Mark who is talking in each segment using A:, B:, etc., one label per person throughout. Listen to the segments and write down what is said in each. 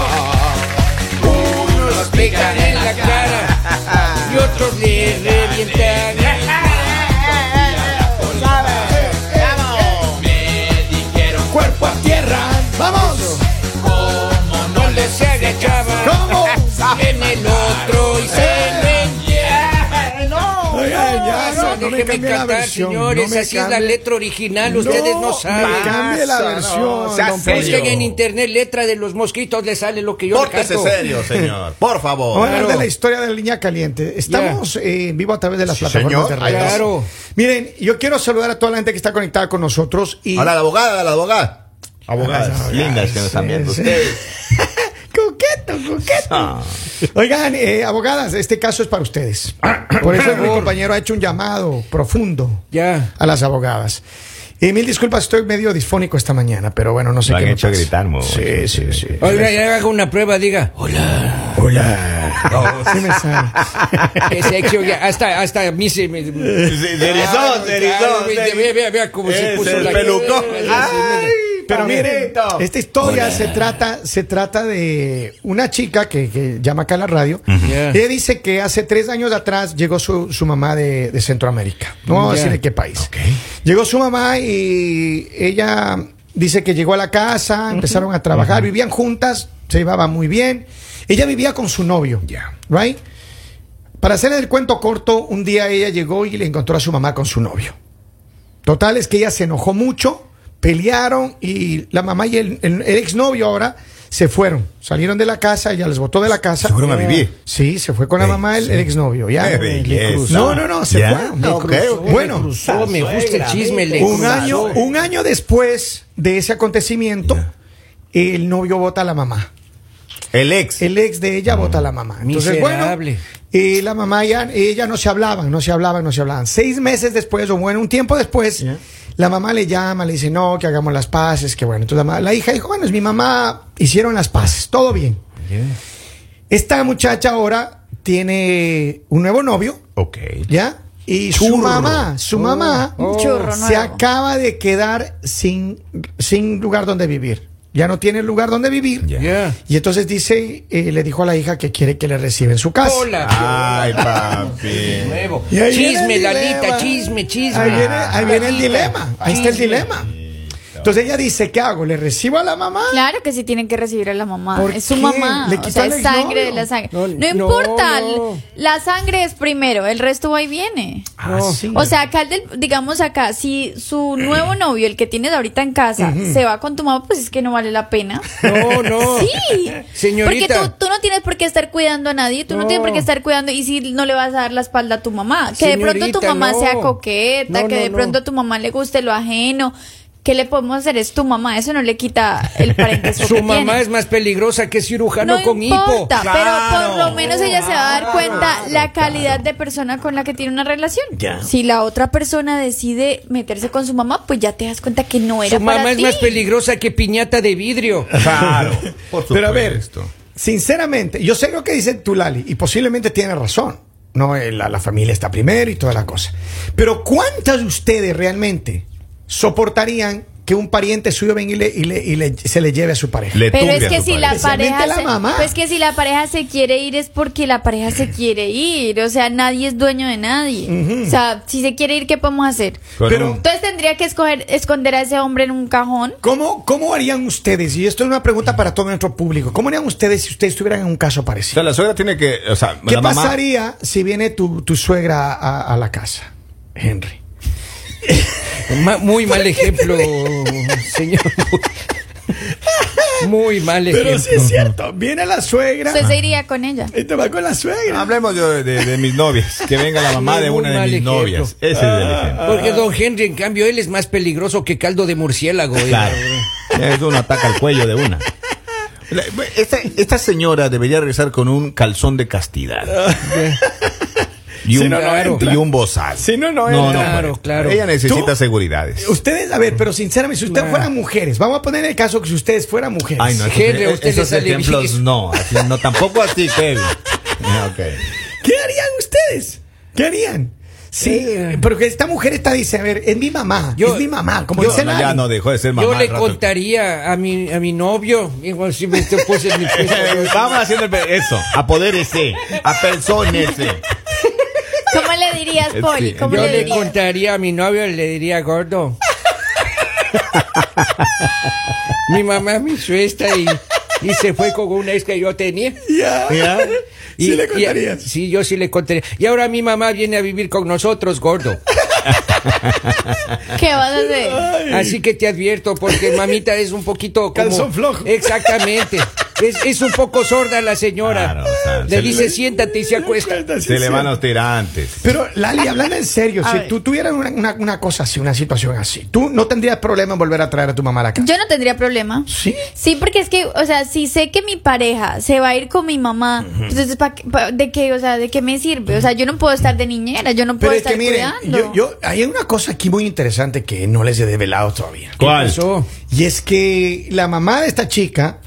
A: disimulo. Unos los pegan en la cara y otros le revientan el
B: ¡Vamos!
A: Me dijeron cuerpo a tierra,
B: ¡Vamos!
A: como no les agachaba.
B: ¿Cómo?
A: En el otro y se me lleva.
B: Oigan, ya, no, no me
A: Déjenme
B: cambie la
A: cantar,
B: versión.
A: señores.
B: no me
A: Así es la
B: cambie-
A: letra original. Ustedes no saben. Pues
B: me cambie la
C: Pasa, no,
B: versión.
C: sea
B: don
C: serio.
B: Pollo.
A: Busquen en internet letra de los mosquitos, le sale lo que yo le
C: Pórtese
A: canto.
C: serio, señor. Por
B: Vamos a
C: favor.
B: hablar de la historia de la línea caliente. Estamos eh, en vivo a través de las
C: Sí,
B: plataformas
C: señor.
B: de redes.
A: Claro.
B: Miren, yo quiero saludar a toda la gente que está conectada con nosotros y
C: A la abogada, a la abogada.
B: Las
C: Abogadas
B: abogadas,
C: lindas que nos están
B: sí,
C: viendo
B: sí.
C: ustedes.
B: coqueto, coqueto.
C: Ah.
B: Oigan, eh, abogadas, este caso es para ustedes. Por eso mi compañero ha hecho un llamado profundo
A: Ya.
B: a las abogadas. Y mil disculpas, estoy medio disfónico esta mañana, pero bueno, no sé
C: Lo
B: qué
C: han
B: me
C: hecho
B: pasa.
C: gritar, mo.
B: Sí, sí, sí.
A: Oiga, ya haga una prueba, diga.
B: Hola. Sí me sale.
A: Qué sexy, oiga, hasta, hasta a mí se me.
C: Se se erizó, se erizó.
A: Claro, Vea, vea, vea, vea cómo se
C: Es
A: puso
C: el
A: la-
C: pelucón.
A: Sí, sí,
C: Ay,
B: Pero miren,
C: Pablito.
B: esta historia se trata, se trata de una chica que, que llama acá a la radio.
A: Yeah.
B: Ella dice que hace tres años atrás llegó su, su mamá de, de Centroamérica. No vamos a
A: Yeah.
B: decir de qué país. Llegó su mamá y ella dice que llegó a la casa, empezaron a trabajar, vivían juntas, se llevaba muy bien. Ella vivía con su novio.
C: Yeah.
B: Right? Para hacer el cuento corto, un día ella llegó y le encontró a su mamá con su novio. Total es que ella se enojó mucho, pelearon y la mamá y el, el- el exnovio ahora se fueron. Salieron de la casa, ella les botó de la casa.
C: Se fueron a vivir.
B: Sí, se fue con la
C: Ey,
B: mamá el,
C: sí.
B: el exnovio. Ya.
C: Qué belleza.
B: No, no, no, se
C: Ya,
B: fueron.
C: ok, ok.
B: Bueno,
C: Ah.
A: cruzó, me gusta el chisme. le
B: un
A: cruzó.
B: año, un año después de ese acontecimiento,
C: Ya.
B: el novio vota a la mamá.
C: El ex.
B: El ex de ella vota a la mamá. Entonces,
A: Miserable.
B: bueno, y la mamá ya, ella no se hablaban, no se hablaban, no se hablaban. Seis meses después, o bueno, un tiempo después, la mamá le llama, le dice, no, que hagamos las paces, que bueno. Entonces la, ma- la hija dijo, bueno, es mi mamá, hicieron las paces, todo bien. Esta muchacha ahora tiene un nuevo novio,
C: Ok.
B: ¿ya? Y su mamá, su
A: Oh.
B: mamá
D: Un churro
B: se
D: nuevo.
B: acaba de quedar sin, sin lugar donde vivir. Ya no tiene lugar donde vivir.
C: Ya.
A: Ya.
B: Y entonces dice, eh, le dijo a la hija que quiere que le reciba en su casa.
A: Hola.
C: Ay, papi.
A: Nuevo.
B: Y ahí viene
A: Chisme,
B: el
A: Lalita,
B: dilema.
A: chisme, chisme.
B: Ahí viene, ahí viene el
A: Lalita,
B: dilema. Ahí está el
A: chisme.
B: dilema. Entonces ella dice, ¿qué hago? ¿Le recibo a la mamá?
D: Claro que sí tienen que recibir a la mamá.
B: ¿Por
D: Es su
B: qué?
D: mamá.
B: Le
D: o
B: quitó
D: sea,
B: al
D: es sangre de
B: exnovio.
D: la sangre.
A: No,
D: No,
A: no,
D: importa.
A: no.
D: La sangre es primero. El resto va y viene.
B: Ah, sí.
D: O sea, acá, el del- digamos acá, si su nuevo novio, el que tienes ahorita en casa, se va con tu mamá, pues es que no vale la pena.
A: No, no.
D: Sí.
A: Señorita.
D: Porque tú, tú no tienes por qué estar cuidando a nadie, tú no.
A: No.
D: tienes por qué estar cuidando y si no le vas a dar la espalda a tu mamá, que de pronto
A: Señorita,
D: tu mamá
A: no.
D: sea coqueta,
A: No,
D: que
A: no,
D: de
A: no.
D: pronto a tu mamá le guste lo ajeno, ¿qué le podemos hacer? Es tu mamá, eso no le quita el parentesco
A: Su
D: que
A: mamá
D: tiene.
A: es más peligrosa que cirujano
D: no
A: con hipo.
D: importa, pero
C: Claro.
D: por lo menos ella se va a dar cuenta la calidad de persona con la que tiene una relación.
C: Ya.
D: Si la otra persona decide meterse con su mamá, pues ya te das cuenta que no era
A: Su mamá
D: para
A: es
D: ti.
A: más peligrosa que piñata de vidrio.
C: Claro. Por
B: Pero a ver,
C: supuesto.
B: sinceramente, yo sé lo que dice Tulali y posiblemente tiene razón. No, Eh, la, la familia está primero y toda la cosa. Pero ¿cuántas de ustedes realmente soportarían que un pariente suyo venga y, le, y le- y le- se le lleve a su pareja?
C: Le
D: Pero
C: tumbia
D: es
C: a
D: que
C: su
D: si
C: pareja.
D: la
B: Especialmente
D: pareja
B: la
D: se,
B: mamá.
D: pues que si la pareja se quiere ir es porque la pareja se quiere ir, o sea, nadie es dueño de nadie. O sea, si se quiere ir, ¿qué podemos hacer?
C: Con
B: Pero-
C: un-
D: Entonces tendría que escoger esconder a ese hombre en un cajón.
B: ¿Cómo, ¿Cómo harían ustedes? Y esto es una pregunta para todo nuestro público. ¿Cómo harían ustedes si ustedes estuvieran en un caso
C: O sea,
B: parecido?
C: la suegra tiene que. O sea,
B: ¿Qué
C: la mamá.
B: pasaría si viene tu, tu suegra a, a la casa, Henry?
A: Ma- muy mal ejemplo, señor. Muy mal ejemplo.
B: cierto. Viene la suegra
D: Usted se iría con ella.
B: y te va con la suegra.
C: Hablemos de, de- de mis novias. Que venga la mamá
A: Muy
C: de una de
A: mal
C: mis
A: ejemplo.
C: novias. Ese es el ejemplo.
A: Porque don Henry, en cambio, él es más peligroso que caldo de murciélago. eh.
C: Claro. Es un ataque al cuello de una. La- Esta, esta señora debería regresar con un calzón de castidad. Y un,
B: Si no, no entra.
C: y un bozal.
B: Si no, no entra.
C: puede.
A: Claro, claro.
C: Ella necesita
B: ¿Tú?
C: seguridades.
B: Ustedes, a ver, pero sinceramente, si ustedes fueran mujeres, vamos a poner el caso que si ustedes fueran mujeres.
C: Ay, no,
A: Henry,
C: esos-
A: a usted le
C: esos
A: sale
C: ejemplos
A: bien.
C: no, así no, tampoco a ti, Kevin. Ah, ok.
B: ¿Qué harían ustedes? ¿Qué harían? Sí, pero que esta mujer está dice, a ver, es mi mamá,
A: Yo-
B: es mi mamá, como
C: Yo,
B: dice
C: no,
B: la
C: ya no dejó de ser mamá.
A: Yo le
C: al rato.
A: contaría a mi, a mi novio, igual si me te puse en mi puesto,
C: Eh,
A: yo-
C: Vamos haciendo el pe- eso. Apodérese. Apersónese.
D: ¿Cómo le dirías, Poli?
C: Sí,
D: ¿Cómo
A: Yo
D: le
A: le
D: dirías?
A: contaría a mi novio, le diría gordo. mi mamá me hizo esta y, y se fue con una ex que yo tenía.
C: ¿Ya?
A: Y,
B: Sí le
A: y-
B: contarías.
A: sí, yo sí le contaría. Y ahora mi mamá viene a vivir con nosotros, gordo.
D: ¿Qué vas a hacer?
A: Así que te advierto, porque mamita es un poquito como...
B: Calzón flojo.
A: Exactamente. Es, es un poco sorda la señora.
C: Claro, o sea,
A: le
C: se
A: dice
C: le-
A: siéntate y se acuesta.
B: Cuenta, sí,
C: Se
B: sí.
C: le van los tirantes.
B: Pero Lali, hablando en serio, si tú tuvieras una, una- una cosa así, una situación así, tú no tendrías problema en volver a traer a tu mamá a la casa.
D: Yo no tendría problema.
B: Sí.
D: Sí, porque es que, o sea, si sé que mi pareja se va a ir con mi mamá, entonces, ¿pa qué- pa- ¿de qué, o sea, de qué me sirve? O sea, yo no puedo estar de niñera, yo no puedo
B: Pero es
D: estar
B: que miren,
D: cuidando.
B: yo, yo- hay una cosa aquí muy interesante que no les he develado todavía.
C: ¿Cuál?
A: Eso.
B: Y es que la mamá de esta chica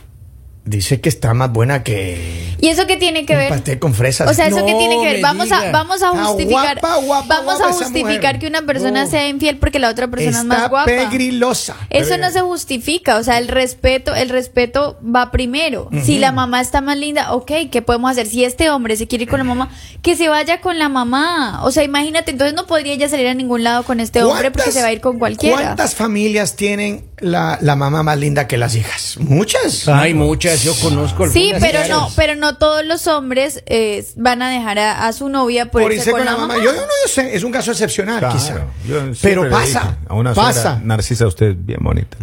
B: dice que está más buena que
D: ¿Y eso qué tiene que
B: un
D: ver?
B: pastel con fresas.
D: O sea, ¿eso
A: No
D: qué tiene que ver?
A: me
D: Vamos a,
A: diga.
D: vamos a
B: Ah,
D: justificar,
B: guapa, guapa,
D: vamos
B: guapa
D: a
B: esa
D: justificar
B: mujer.
D: que una persona
B: No.
D: sea infiel porque la otra persona es
B: está
D: más guapa.
B: pegrilosa.
D: Eso no se justifica, o sea, el respeto, el respeto va primero. Si la mamá está más linda, ok, ¿qué podemos hacer? Si este hombre se quiere ir con la mamá, que se vaya con la mamá. O sea, imagínate, entonces no podría ella salir a ningún lado con este hombre porque
B: ¿Cuántas-
D: se va a ir con cualquiera.
B: ¿Cuántas familias tienen la, la mamá más linda que las hijas? Muchas.
A: Hay muchas, yo conozco
D: Sí,
A: algunas,
D: pero
A: claro.
D: no, pero no todos los hombres eh, van a dejar a, a su novia por, irse con, la mamá.
B: Yo, yo no yo sé, es un caso excepcional,
C: Claro,
B: quizá.
C: yo siempre
B: Pero
C: le
B: pasa,
C: dije, a una suegra
B: pasa.
C: Narcisa, usted es bien bonita.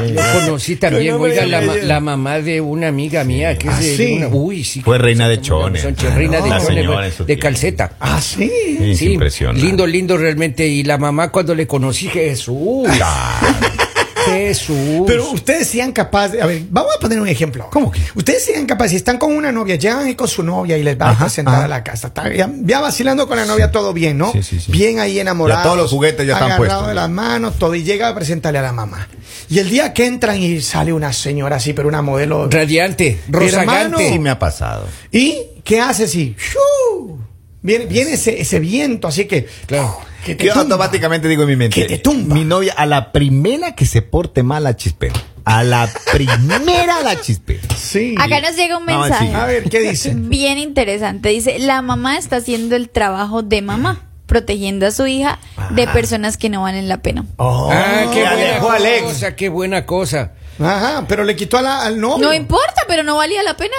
A: Eh, Yo conocí también,
B: Yo no
A: oiga,
B: me
A: la, ma-
B: ella.
A: la mamá de una amiga mía, que
B: Ah,
A: es de
B: sí.
A: una- uy, sí.
C: Fue reina de
A: Son-
C: chones. Ah,
A: son- reina de
C: La
A: chones,
C: señora
A: güey,
C: en su
A: de
C: tiempo.
A: calceta.
B: Ah, sí.
C: Sí, es impresionante.
A: Lindo, lindo realmente. Y la mamá cuando le conocí, Jesús.
B: Ah,
C: Ah,
A: Jesús.
B: Pero ustedes sean capaces, a ver, vamos a poner un ejemplo. ¿Cómo que? Ustedes sean capaces, si están con una novia, llegan ahí con su novia y les va a presentar a la casa. Está ya, ya vacilando con la novia, todo bien, ¿no?
C: Sí, sí, sí.
B: Bien ahí enamorados.
C: Ya todos los juguetes ya están
B: agarrados
C: puestos,
B: de
C: ya.
B: las manos, todo. Y llega a presentarle a la mamá. Y el día que entran y sale una señora así, pero una modelo.
A: Radiante,
B: Hermano.
A: rozagante.
C: Sí me ha pasado.
B: ¿Y qué hace si? ¡Shuu! Viene, viene ese, ese viento, así que. ¡oh!
A: Claro.
B: Que te
C: Yo
B: tumba.
C: automáticamente digo en mi mente.
B: Que te tumba.
C: Mi novia, a la primera que se porte mal, la chispeo. A la primera la chispeo.
B: Sí. Ah,
D: Acá nos llega un
C: No,
D: mensaje.
C: sí.
B: A ver, ¿qué dicen?
D: bien interesante. Dice, la mamá está haciendo el trabajo de mamá, protegiendo a su hija de personas que no valen la pena.
A: Ah, qué
C: Oh,
A: buena
C: Alejo,
A: cosa,
C: Alex.
A: qué buena cosa.
B: Ajá, pero le quitó a la- al novio.
D: No importa, pero no valía la pena.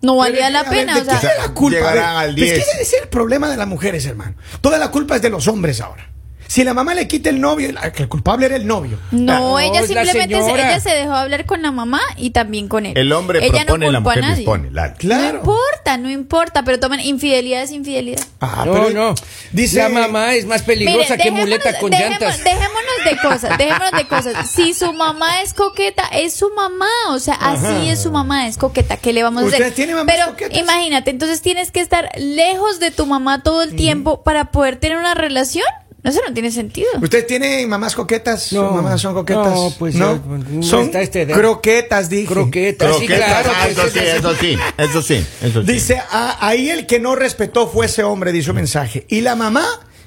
D: No valía la
B: A ver,
D: pena.
B: ¿de
D: O
B: quién
D: sea,
B: es la culpa?
C: Llegarán
B: A ver,
C: al
B: pues,
C: 10.
B: ¿qué es el problema de las mujeres, hermano. Toda la culpa es de los hombres ahora. Si la mamá le quita el novio, la- que el culpable era el novio.
D: no,
A: Ah,
D: ella
A: es la
D: simplemente se,
A: señora.
D: ella se dejó hablar con la mamá y también con él.
C: El hombre
D: ella
C: propone,
D: no
C: la
D: culpó a
C: mujer
D: nadie.
C: dispone. la-
D: No importa, no importa, pero tomen infidelidad es infidelidad.
B: Ah,
A: no,
B: pero-
A: no.
B: Dice
A: la mamá es más peligrosa
D: Mire,
A: que
D: dejémonos-
A: muleta con
D: dejémonos-
A: llantas.
D: Dejémonos de cosas, dejémonos de cosas. Si su mamá es coqueta, es su mamá. O sea, así es su mamá, es coqueta. ¿Qué le vamos a hacer?
B: ¿Ustedes tienen mamás
D: Pero
B: coquetas?
D: imagínate, entonces tienes que estar lejos de tu mamá todo el tiempo para poder tener una relación. Eso no tiene sentido.
B: ¿Ustedes tienen mamás coquetas?
A: No.
B: ¿Sus mamás son coquetas?
A: No, pues,
B: ¿No?
A: ya,
B: Son
A: está este esta edad.
B: croquetas, dije.
A: Croqueta, sí,
C: Croquetas,
A: claro.
C: ah,
A: pues,
C: eso sí,
A: es-
C: eso sí, eso sí, eso sí.
B: Dice, "Ah, ahí el que no respetó fue ese hombre, dice un mensaje. Y la mamá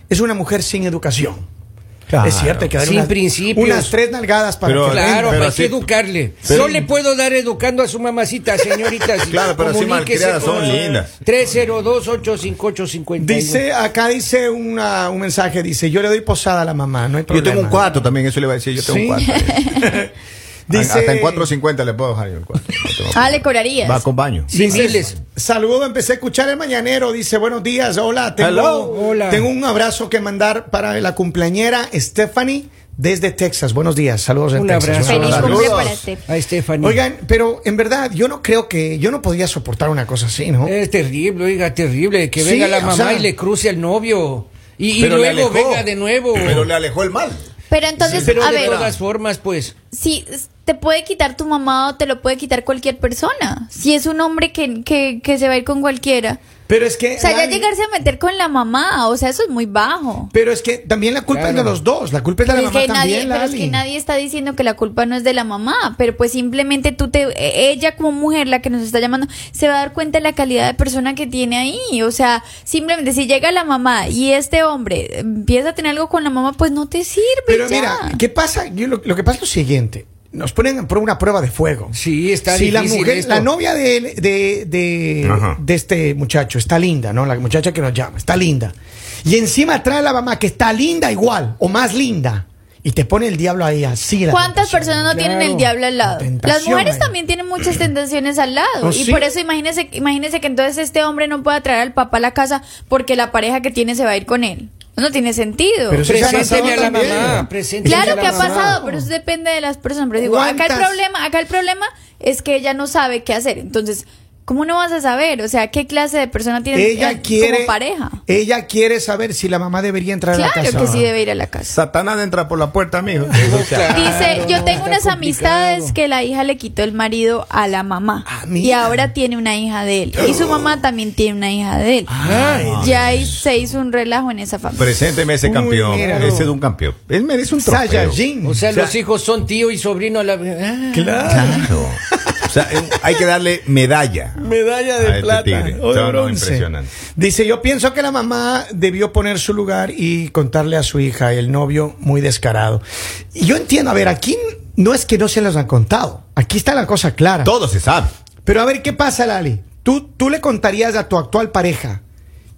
B: es una mujer sin educación.
C: Claro.
B: Es cierto, hay que dar
A: Sin
B: unas,
A: principios.
B: unas tres nalgadas para
C: Pero-
B: que aprenda.
A: Claro,
C: Pero
A: hay
C: así-
A: que educarle.
C: pero-
A: no le puedo dar educando a su mamacita, señorita. si-
C: Claro, pero así
A: comuníquese
C: malcriadas son
A: con-
C: lindas.
A: 302-858-51.
B: Dice, acá dice una- un mensaje, dice, yo le doy posada a la mamá, no hay
C: Yo
B: problema.
C: tengo un cuarto también, eso le iba a decir, yo tengo
B: Sí.
C: un cuarto.
B: Dice-
C: Hasta en 4.50 le puedo dejar yo el cuarto. no tengo
D: Ah, le
C: problema.
D: cobrarías.
C: Va con baño.
A: Sin miles.
B: Saludo, empecé a escuchar el mañanero, dice, buenos días, hola, tengo,
A: Hello, hola.
B: tengo un abrazo que mandar para la cumpleañera Stephanie desde Texas. Buenos días, saludos en
A: Un
B: Texas.
A: abrazo.
D: Feliz
C: Saludos.
D: cumple para este.
A: A Estefanía.
B: Oigan, pero en verdad, yo no creo que, yo no podría soportar una cosa así, ¿no?
A: Es terrible, oiga, terrible. Que
B: Sí,
A: venga la
B: o
A: mamá
B: sea-
A: y le cruce al novio. Y, y
C: Pero le
A: luego
C: alejó.
A: venga de nuevo.
C: Pero le alejó el mal.
D: Pero entonces,
A: Pero
D: a
A: de
D: ver,
A: todas formas, pues.
D: si te puede quitar tu mamá o te lo puede quitar cualquier persona. Si es un hombre que, que, que se va a ir con cualquiera.
B: Pero es que.
D: O sea, ya
B: Lali,
D: llegarse a meter con la mamá, o sea, eso es muy bajo.
B: Pero es que también la culpa es de
A: Claro.
B: los dos. La culpa es de
D: Pero
B: la
D: es,
B: mamá
D: que nadie,
B: también.
D: pero es que
B: Lali.
D: nadie está diciendo que la culpa no es de la mamá, pero pues simplemente tú te, eh, ella como mujer, la que nos está llamando, se va a dar cuenta de la calidad de persona que tiene ahí. O sea, simplemente si llega la mamá y este hombre empieza a tener algo con la mamá, pues no te sirve.
B: Pero
D: ya.
B: mira, ¿qué pasa? Yo lo, lo que pasa es lo siguiente. Nos ponen por una prueba de fuego.
A: Sí, está
B: si la
A: difícil
B: mujer,
A: esto.
B: la novia de, él- de, de,
C: Ajá.
B: de este muchacho está linda, ¿no? La muchacha que nos llama, está linda. Y encima trae a la mamá que está linda igual o más linda. Y te pone el diablo ahí así. la
D: ¿Cuántas
B: tentación.
D: personas no tienen
A: claro.
D: el diablo al
B: La
D: lado?
B: tentación
D: Las mujeres
B: ahí.
D: también tienen muchas tentaciones al lado.
B: Oh,
D: y
B: sí.
D: por eso imagínese, imagínese que entonces este hombre no pueda traer al papá a la casa porque la pareja que tiene se va a ir con él. No tiene sentido.
B: Pero eso ya ha pasado
A: Presénteme a la
B: también.
A: mamá, presénteme
D: Claro
A: a
D: que
A: la
D: ha
A: mamá.
D: pasado, pero eso depende de las personas. Pero digo, acá el
B: ¿Cuántas?
D: problema, acá el problema es que ella no sabe qué hacer. Entonces, ¿cómo no vas a saber? O sea, ¿qué clase de persona tiene
B: Ella quiere,
D: eh, como pareja?
B: ella quiere saber si la mamá debería entrar a la
D: Claro
B: casa.
D: que sí debe ir a la casa.
C: Satanás entra por la puerta, mijo. O sea,
D: Dice, yo tengo
A: está
D: unas
A: complicado.
D: amistades que la hija le quitó el marido a la mamá.
B: Ah, mira. Oh.
D: y ahora tiene una hija de él. Y su mamá también tiene una hija de él.
B: Ah,
D: ya ahí se hizo un relajo en esa familia.
C: Presénteme ese
B: Uy,
C: campeón.
B: mira.
C: ese es un campeón. Él merece un trofeo.
B: Saiyajin.
A: O sea, los hijos son tío y sobrino a la. Ah,
C: Claro. O sea, eh, hay que darle medalla.
B: Medalla
C: A
B: de
C: este
B: plata
C: tigre.
B: o de
C: No, no,
B: bronce.
C: impresionante.
B: Dice, yo pienso que la mamá debió poner su lugar y contarle a su hija, el novio muy descarado. Y yo entiendo, a ver, aquí no es que no se los han contado. Aquí está la cosa clara.
C: Todo se sabe.
B: Pero a ver, ¿qué pasa, Lali? ¿Tú, tú le contarías a tu actual pareja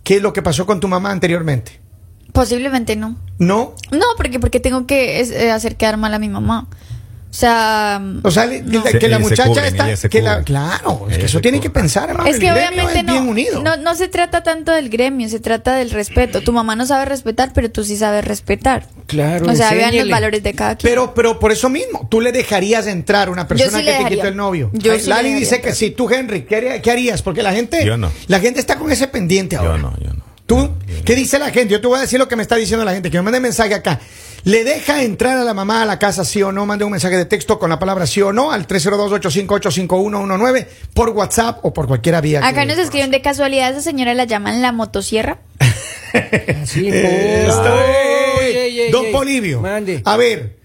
B: qué es lo que pasó con tu mamá anteriormente?
D: Posiblemente no.
B: No.
D: No, porque porque tengo que es, eh, hacer quedar mal a mi mamá. O sea,
B: O sea, le-
D: no.
B: que
C: Se-
B: la
C: ellas se
B: muchacha
C: cubren, ellas
B: está.
C: se
B: Que la,
C: cubren.
B: claro, es
C: Ellas
B: que eso
C: se
B: tiene que
C: cubren.
B: pensar, hermano.
D: Es que
B: el gremio
D: obviamente
B: es bien
D: no,
B: unido.
D: no no se trata tanto del gremio, se trata del respeto. Tu mamá no sabe respetar, pero tú sí sabes respetar.
A: Claro,
D: O sea, vean los
A: enséñele.
D: valores de cada quien.
B: Pero, pero por eso mismo, tú le dejarías entrar a una persona
D: sí le
B: que te
D: dejaría.
B: quitó el novio.
D: Yo
B: Ay,
D: sí le
B: Lali
D: dejaría
B: dice
D: entrar.
B: que sí, tú Henry, ¿qué, haría- qué harías? Porque la gente,
C: Yo no.
B: la gente está con ese pendiente ahora.
C: Yo no, yo no.
B: ¿Tú?
C: No, yo no.
B: ¿Qué dice la gente? Yo te voy a decir lo que me está diciendo la gente, que me mande mensaje acá. ¿Le deja entrar a la mamá a la casa sí o no? Mande un mensaje de texto con la palabra sí o no al 302-858-5119 por WhatsApp o por cualquiera vía.
D: Acá
B: que-
D: nos escriben de casualidad, esa señora la llaman la motosierra.
A: Sí,
B: Esto
A: oh,
B: es.
A: ey, ey,
B: Eh, Don Ah,
A: ey.
B: Polivio.
A: Mande.
B: A ver,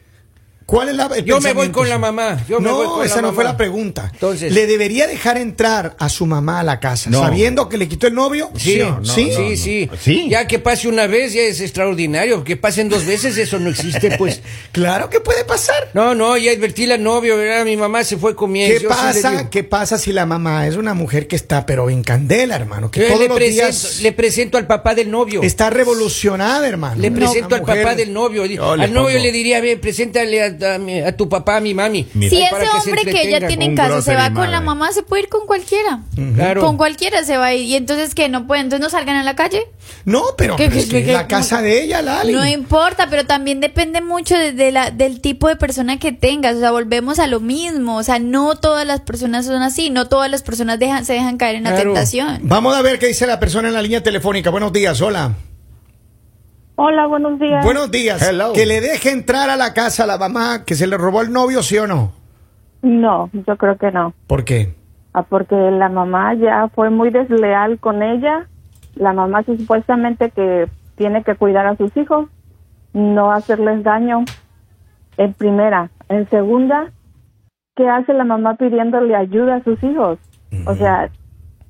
B: ¿cuál es la. el
A: Yo me voy
B: pensamiento
A: con la
B: suyo?
A: mamá, yo me
B: no,
A: voy con la
B: esa no
A: mamá.
B: fue la pregunta.
A: Entonces.
B: ¿Le debería dejar entrar a su mamá a la casa
C: No.
B: sabiendo que le quitó el novio?
A: Sí,
B: o no?
A: sí,
C: no, no.
A: sí.
C: Sí.
A: Ya que pase una vez ya es extraordinario, que pasen dos veces eso no existe, pues.
B: Claro que puede pasar.
A: No, no, ya advertí la novia, ¿verdad? Mi mamá se fue con mi ex,
B: ¿Qué
A: yo sí le
B: pasa?
A: digo.
B: ¿Qué pasa si la mamá es una mujer que está pero en candela, hermano? Que
A: Yo
B: todos
A: le,
B: los
A: presento,
B: días
A: le presento al papá del novio.
B: está revolucionada, hermano.
A: Le
B: Una
A: presento al
B: mujer-
A: papá del novio. Di-
C: Yo le
A: al novio
C: pongo-
A: le diría, ve, preséntale a, a mi- a tu papá, a mi mami.
C: Mira.
D: Si
A: Ay,
D: ese
A: para se
D: hombre que ella
A: entretengan.
D: tiene en
C: Un
D: casa se va
C: grocery
D: con la
C: madre.
D: mamá, se puede ir con cualquiera.
A: Claro.
D: Con cualquiera se va a ir. Y entonces que no pueden, entonces no salgan a la calle.
B: No, pero,
D: ¿Qué,
B: pero
D: qué,
B: es que
D: qué,
B: es
D: qué?
B: la casa de ella, Lali.
D: No importa, pero también depende mucho de, de la, del tipo de persona que tengas. O sea, volvemos a lo mismo. O sea, no todas las personas son así. No todas las personas dejan, se dejan caer en la
A: Claro.
D: tentación.
B: Vamos a ver qué dice la persona en la línea telefónica. Buenos días, hola.
E: Hola, buenos días.
B: Buenos días.
C: Hello.
B: Que le deje entrar a la casa a la mamá que se le robó el novio, ¿sí o no?
E: No, yo creo que no.
B: ¿Por qué?
E: Ah, porque la mamá ya fue muy desleal con ella. La mamá supuestamente que tiene que cuidar a sus hijos, no hacerles daño. En primera. En segunda, ¿qué hace la mamá pidiéndole ayuda a sus hijos? O sea,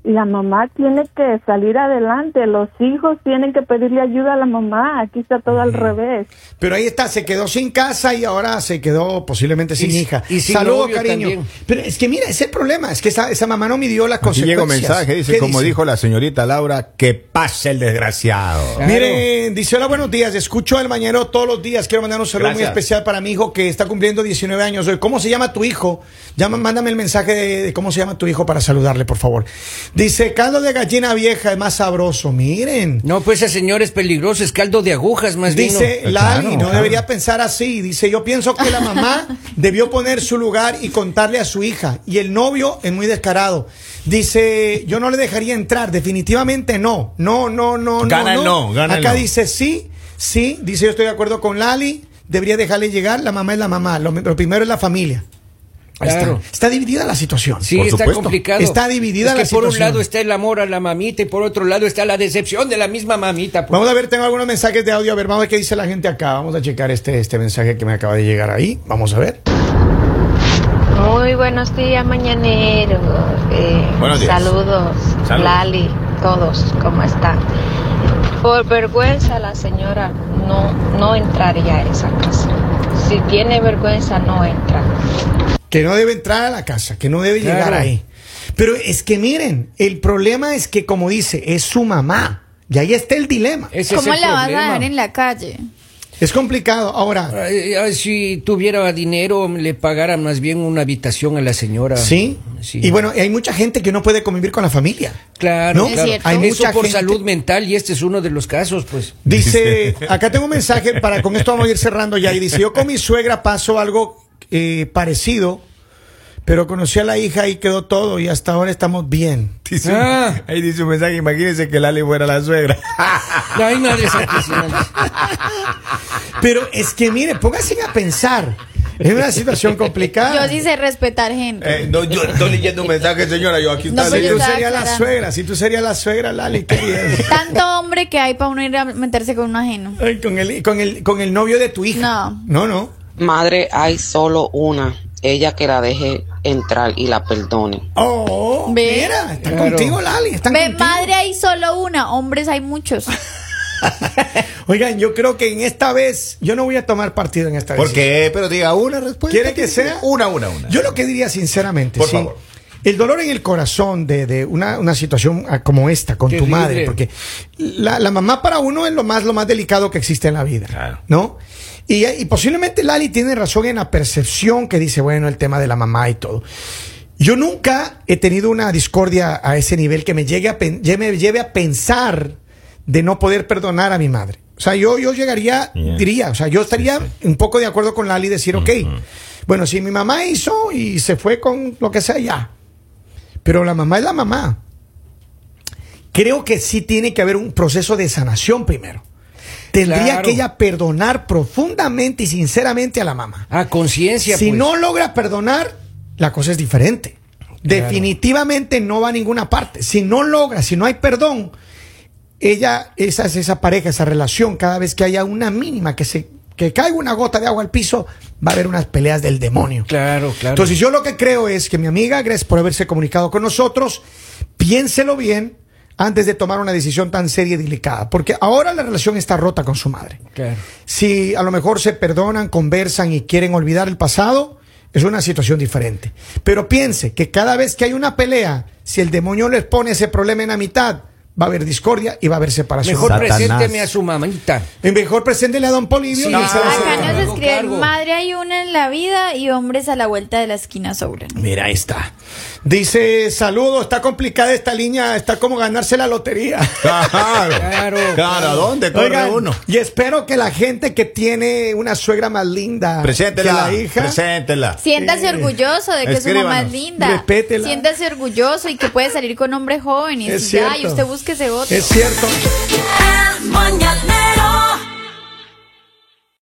E: la mamá tiene que salir adelante. Los hijos tienen que pedirle ayuda a la mamá. Aquí está todo al revés.
B: Pero ahí está, se quedó sin casa y ahora se quedó posiblemente sin
A: Y-
B: hija.
A: y sin
B: Saludos,
A: novio
B: cariño.
A: también.
B: Pero es que mira, ese es el problema, es que esa, esa mamá no midió las
C: Aquí llega
B: consecuencias.
C: un mensaje, dice,
B: ¿Qué
C: como dijo la señorita Laura, que pase el desgraciado.
B: Ah.
A: Claro.
B: Miren, dice, hola, buenos días, escucho el mañanero todos los días, quiero mandar un saludo muy
C: Gracias.
B: especial para mi hijo que está cumpliendo 19 años hoy. ¿Cómo se llama tu hijo? Llama, mándame el mensaje de, de cómo se llama tu hijo para saludarle, por favor. Dice, caldo de gallina vieja es más sabroso, miren.
A: No, pues ese señor es peligroso, es caldo de agujas más
B: Dice
C: vino.
B: Lali,
C: Claro,
B: no
C: claro.
B: debería pensar así. Dice, yo pienso que la mamá debió poner su lugar y contarle a su hija. Y el novio es muy descarado. Dice, yo no le dejaría entrar, definitivamente no. No, no, no,
C: Gana el
B: no.
C: no, gana el
B: Acá
C: no.
B: dice sí, sí. Dice, yo estoy de acuerdo con Lali, debería dejarle llegar. La mamá es la mamá, lo, lo primero es la familia. Ahí está.
A: Claro.
B: Está. dividida la situación.
A: Sí,
C: Por
A: está
C: supuesto.
A: complicado.
B: Está dividida
A: Es
B: la
A: que por un
B: situación.
A: lado está el amor a la mamita y por otro lado está la decepción de la misma mamita. pues.
B: Vamos a ver, tengo algunos mensajes de audio. A ver, vamos a ver qué dice la gente acá. Vamos a checar este, este mensaje que me acaba de llegar ahí. Vamos a ver.
F: Muy buenos días, mañaneros. Eh,
C: Buenos días.
F: Saludos,
C: Saludos.
F: Lali, todos, ¿cómo están? Por vergüenza, la señora no, no entraría a esa casa. Si tiene vergüenza, no entra.
B: Que no debe entrar a la casa, que no debe
A: Claro.
B: llegar ahí. Pero es que miren, el problema es que, como dice, es su mamá. Y ahí está el dilema.
A: Ese es
D: ¿Cómo
A: el
D: la vas a eh?
A: problema.
D: dejar en la calle?
B: Es complicado. Ahora,
A: Ay, ay, si tuviera dinero, le pagara más bien una habitación a la señora.
B: ¿sí?
A: Sí.
B: Y bueno, hay mucha gente que no puede convivir con la familia.
A: Claro,
B: ¿No?
D: Es
A: claro.
D: cierto.
B: Hay
A: Eso
B: mucha
A: por
B: gente-
A: salud mental y este es uno de los casos, pues.
B: Dice, acá tengo un mensaje para con esto vamos a ir cerrando ya. Y dice, yo con mi suegra paso algo eh, parecido, pero conocí a la hija y quedó todo y hasta ahora estamos bien.
C: Dice-
A: Ah.
C: Ahí dice un mensaje, imagínense que Lali fuera la suegra.
B: Ah.
A: Ay, madre santísima.
B: Pero es que mire, pónganse a pensar. Es una situación complicada.
D: Yo sí sé respetar gente.
C: Eh, no, yo estoy leyendo un mensaje, señora, yo aquí
D: No, pues,
C: está
D: pero
B: si
D: yo
B: tú
C: leyendo.
D: estaba
B: serías la
D: aclarando.
B: suegra, si tú serías la suegra, Lali, ¿qué harías?
D: Tanto hombre que hay para uno ir a meterse con un ajeno.
B: Ay, con, el, con, el, con el novio de tu hija.
D: No.
B: No, no.
G: Madre hay solo una, ella que la deje entrar y la perdone.
B: Oh,
D: Ve.
B: mira, están
A: Claro.
B: contigo, Lali. Están
D: Ve,
B: contigo.
D: madre hay solo una, hombres hay muchos.
B: Oigan, yo creo que en esta vez, yo no voy a tomar partido en esta vez.
C: ¿Por qué? Pero diga una respuesta.
B: ¿Quiere que sea?
C: Una, una, una.
B: Yo lo que diría sinceramente,
C: Por
B: sí,
C: favor.
B: El dolor en el corazón de, de una, una situación ah, como esta, con tu
A: Terrible.
B: madre, porque la, la mamá para uno es lo más, lo más delicado que existe en la vida,
C: Claro.
B: ¿no? Y, y posiblemente Lali tiene razón en la percepción que dice, bueno, el tema de la mamá y todo. Yo nunca he tenido una discordia a ese nivel que me, llegue a pen- lle- me lleve a pensar de no poder perdonar a mi madre. O sea, yo, yo llegaría,
C: Yeah.
B: diría, o sea, yo estaría un poco de acuerdo con Lali decir, ok, bueno, si mi mamá hizo y se fue con lo que sea, ya. Pero la mamá es la mamá. Creo que sí tiene que haber un proceso de sanación primero. Tendría
A: Claro.
B: que ella perdonar profundamente y sinceramente a la mamá.
A: A conciencia,
B: Si
A: pues.
B: no logra perdonar, la cosa es diferente. Definitivamente no va a ninguna parte. Si no logra, si no hay perdón, ella, esa, esa pareja, esa relación, cada vez que haya una mínima, que se que caiga una gota de agua al piso, va a haber unas peleas del demonio.
A: Claro, claro.
B: Entonces yo lo que creo es que mi amiga, gracias por haberse comunicado con nosotros, piénselo bien antes de tomar una decisión tan seria y delicada, porque ahora la relación está rota con su madre
A: Claro.
B: si a lo mejor se perdonan, conversan y quieren olvidar el pasado, es una situación diferente. Pero piense que cada vez que hay una pelea, si el demonio les pone ese problema en la mitad, va a haber discordia y va a haber separación.
A: Mejor
C: Satanás.
A: presénteme a su mamita.
B: Eh, mejor preséntele a don Polivio.
A: Sí,
B: y él se va a
D: Acá
A: sí, sí.
B: separar.
D: nos
A: Cargo, cargo.
D: escriben, madre hay una en la vida y hombres a la vuelta de la esquina sobran.
B: Mira, ahí está. Dice, saludo, está complicada esta línea, está como ganarse la lotería.
C: Claro.
A: Claro,
C: Claro, ¿a dónde corre
B: Oigan,
C: uno?
B: Y espero que la gente que tiene una suegra más linda
C: Preséntela.
B: que la hija,
C: Preséntela.
D: Siéntase
B: Eh,
D: orgulloso de que su mamá
C: escríbanos,
D: es linda.
B: respétela.
D: Siéntase orgulloso y que puede salir con hombres jóvenes.
B: Es
D: y ya, y
B: cierto.
D: usted búsquese otro.
B: es cierto.
H: El mañanero